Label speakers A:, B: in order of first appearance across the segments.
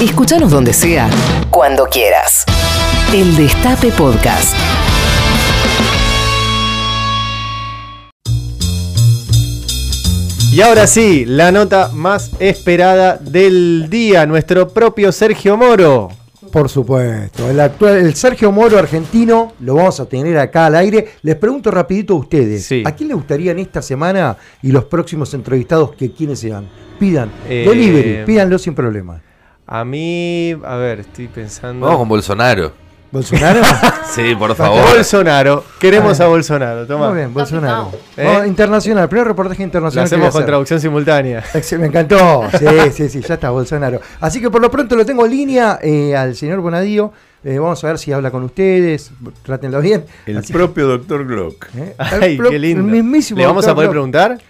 A: Escúchanos donde sea, cuando quieras. El Destape Podcast.
B: Y ahora sí, la nota más esperada del día, nuestro propio Sergio Moro.
C: Por supuesto, el actual, el Sergio Moro argentino lo vamos a tener acá al aire. Les pregunto rapidito a ustedes,
B: Sí.
C: ¿a quién le gustaría en esta semana y los próximos entrevistados que quienes sean? Pidan,
B: Eh,
C: delivery, pídanlo sin problema.
B: A mí, a ver, estoy pensando.
D: Vamos con Bolsonaro.
C: ¿Bolsonaro?
D: Sí, por favor.
B: Bolsonaro, queremos
C: Ah.
B: a Bolsonaro, toma.
C: Muy bien, Bolsonaro.
B: ¿Eh?
C: Vamos, internacional, primer reportaje
B: Lo
C: internacional. que
B: hacemos
C: voy a
B: con
C: hacer.
B: traducción simultánea.
C: Ex- Me encantó. Sí, sí, sí, ya está Bolsonaro. Así que por lo pronto lo tengo en línea eh, al señor Bonadío. Eh, vamos a ver si habla con ustedes. Trátenlo bien.
E: El
C: Así-
E: propio doctor Glock.
C: ¿eh? El
B: Ay,
C: pro-
B: qué
C: el
B: lindo.
C: mismísimo
B: ¿Le vamos a
C: doctor
B: poder
C: Glock.
B: preguntar?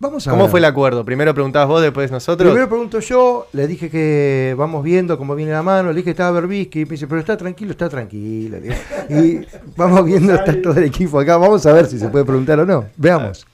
C: Vamos a
B: ¿Cómo
C: ver.
B: fue el acuerdo? Primero preguntás vos, después nosotros.
C: Primero pregunto yo, le dije que vamos viendo cómo viene la mano, le dije que estaba Berbisky, me dice, pero está tranquilo, está tranquilo. le digo. Y vamos viendo, está todo el equipo acá, vamos a ver si se puede preguntar o no. Veamos.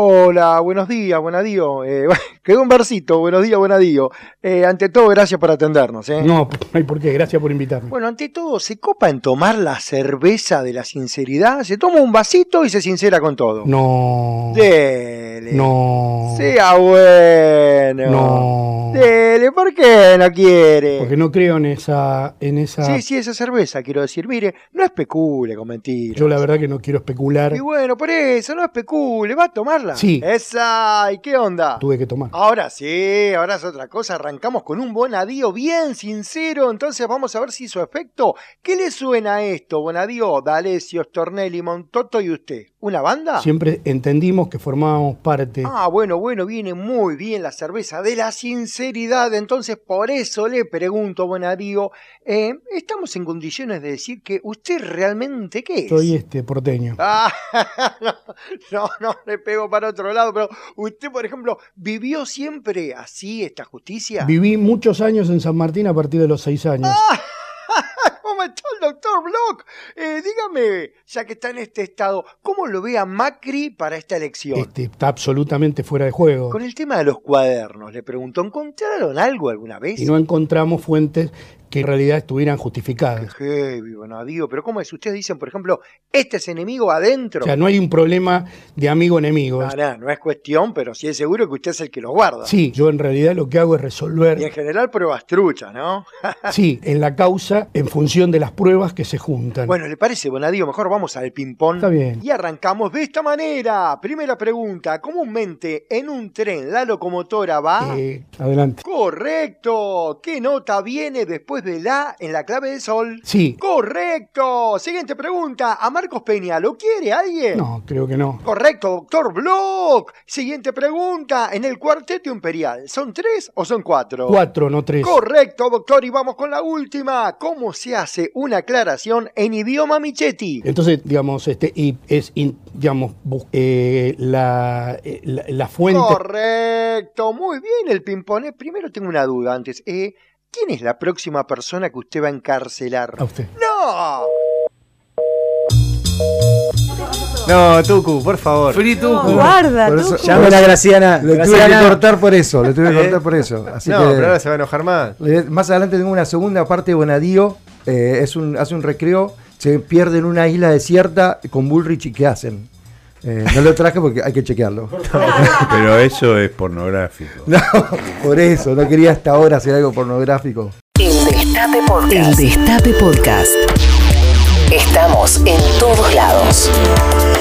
F: Hola, buenos días, buenadío. Eh, quedó un versito, buenos días, buenadío. Eh, ante todo, gracias por atendernos. ¿eh?
G: No, no hay por qué, gracias por invitarme.
F: Bueno, ante todo, ¿se copa en tomar la cerveza de la sinceridad? Se toma un vasito y se sincera con todo.
G: No.
F: Dele.
G: No.
F: Sea bueno.
G: No.
F: Dele, ¿por qué no quiere?
G: Porque no creo en esa. En esa
F: Sí, sí, esa cerveza, quiero decir. Mire, no especule con mentiras.
G: Yo la verdad que no quiero especular.
F: Y bueno, por eso, no especule, va a tomarla.
G: Sí.
F: Esa, ¿y qué onda?
G: Tuve que tomar.
F: Ahora sí, ahora es otra cosa. Arrancamos con un Bonadío bien sincero. Entonces vamos a ver si hizo efecto. ¿Qué le suena a esto, Bonadío, D'Alessio, Stornelli, Montoto y usted? ¿Una banda?
G: Siempre entendimos que formábamos parte.
F: Ah, bueno, bueno, viene muy bien la cerveza de la sinceridad. Entonces, por eso le pregunto, Bonadío, eh, ¿estamos en condiciones de decir que usted realmente qué es?
G: Soy este porteño.
F: Ah, no, no, le pego para otro lado, pero usted, por ejemplo, ¿vivió siempre así esta justicia?
G: Viví muchos años en San Martín a partir de los seis años.
F: Ah, ¿Cómo está el doctor Block? Eh, dígame, ya que está en este estado, ¿cómo lo ve a Macri para esta elección?
G: Este, está absolutamente fuera de juego.
F: Con el tema de los cuadernos, le pregunto, ¿encontraron algo alguna vez?
G: Y no encontramos fuentes que en realidad estuvieran justificadas.
F: Heavy, Bonadío, pero ¿cómo es? Ustedes dicen, por ejemplo, este es enemigo adentro.
G: O sea, no hay un problema de amigo-enemigo.
F: no, no, no es cuestión, pero sí es seguro que usted es el que los guarda.
G: Sí, yo en realidad lo que hago es resolver
F: Y en general pruebas truchas, ¿no?
G: Sí, en la causa en función de las pruebas que se juntan.
F: Bueno, ¿le parece, Bonadío? Mejor vamos al ping-pong.
G: Está bien.
F: Y arrancamos de esta manera. Primera pregunta. Comúnmente en un tren la locomotora va...
G: Eh, adelante.
F: Correcto. ¿Qué nota viene después de la en la clave del sol?
G: Sí.
F: Correcto. Siguiente pregunta. ¿A Marcos Peña lo quiere alguien?
G: No, creo que no.
F: Correcto, doctor Block. Siguiente pregunta. En el cuarteto imperial, ¿son tres o son cuatro?
G: Cuatro, no tres.
F: Correcto, doctor. Y vamos con la última. ¿Cómo se hace una aclaración en idioma michetti?
G: Entonces, digamos, este, y es, in- digamos, bus- eh, la, eh, la, la fuente.
F: Correcto, muy bien el pimponé. Primero tengo una duda antes. Eh, ¿Quién es la próxima persona que usted va a encarcelar?
G: A usted.
F: ¡No!
B: No, Tucu, por favor.
D: Frituco.
C: Por eso-
B: Llamen a Graciana.
C: Lo tuve que cortar por eso, lo
F: ¿Eh?
C: tuve que cortar por eso. Así
B: No,
C: que-
B: pero ahora se va a enojar más.
C: Le- Más adelante tengo una segunda parte de Bonadío. eh, es un, hace un recreo, se pierde en una isla desierta con Bullrich y ¿qué hacen? Eh, no lo traje porque hay que chequearlo.
E: Pero eso es pornográfico.
C: No, por eso, no quería hasta ahora hacer algo pornográfico.
A: El Destape Podcast. El Destape Podcast. Estamos en todos lados.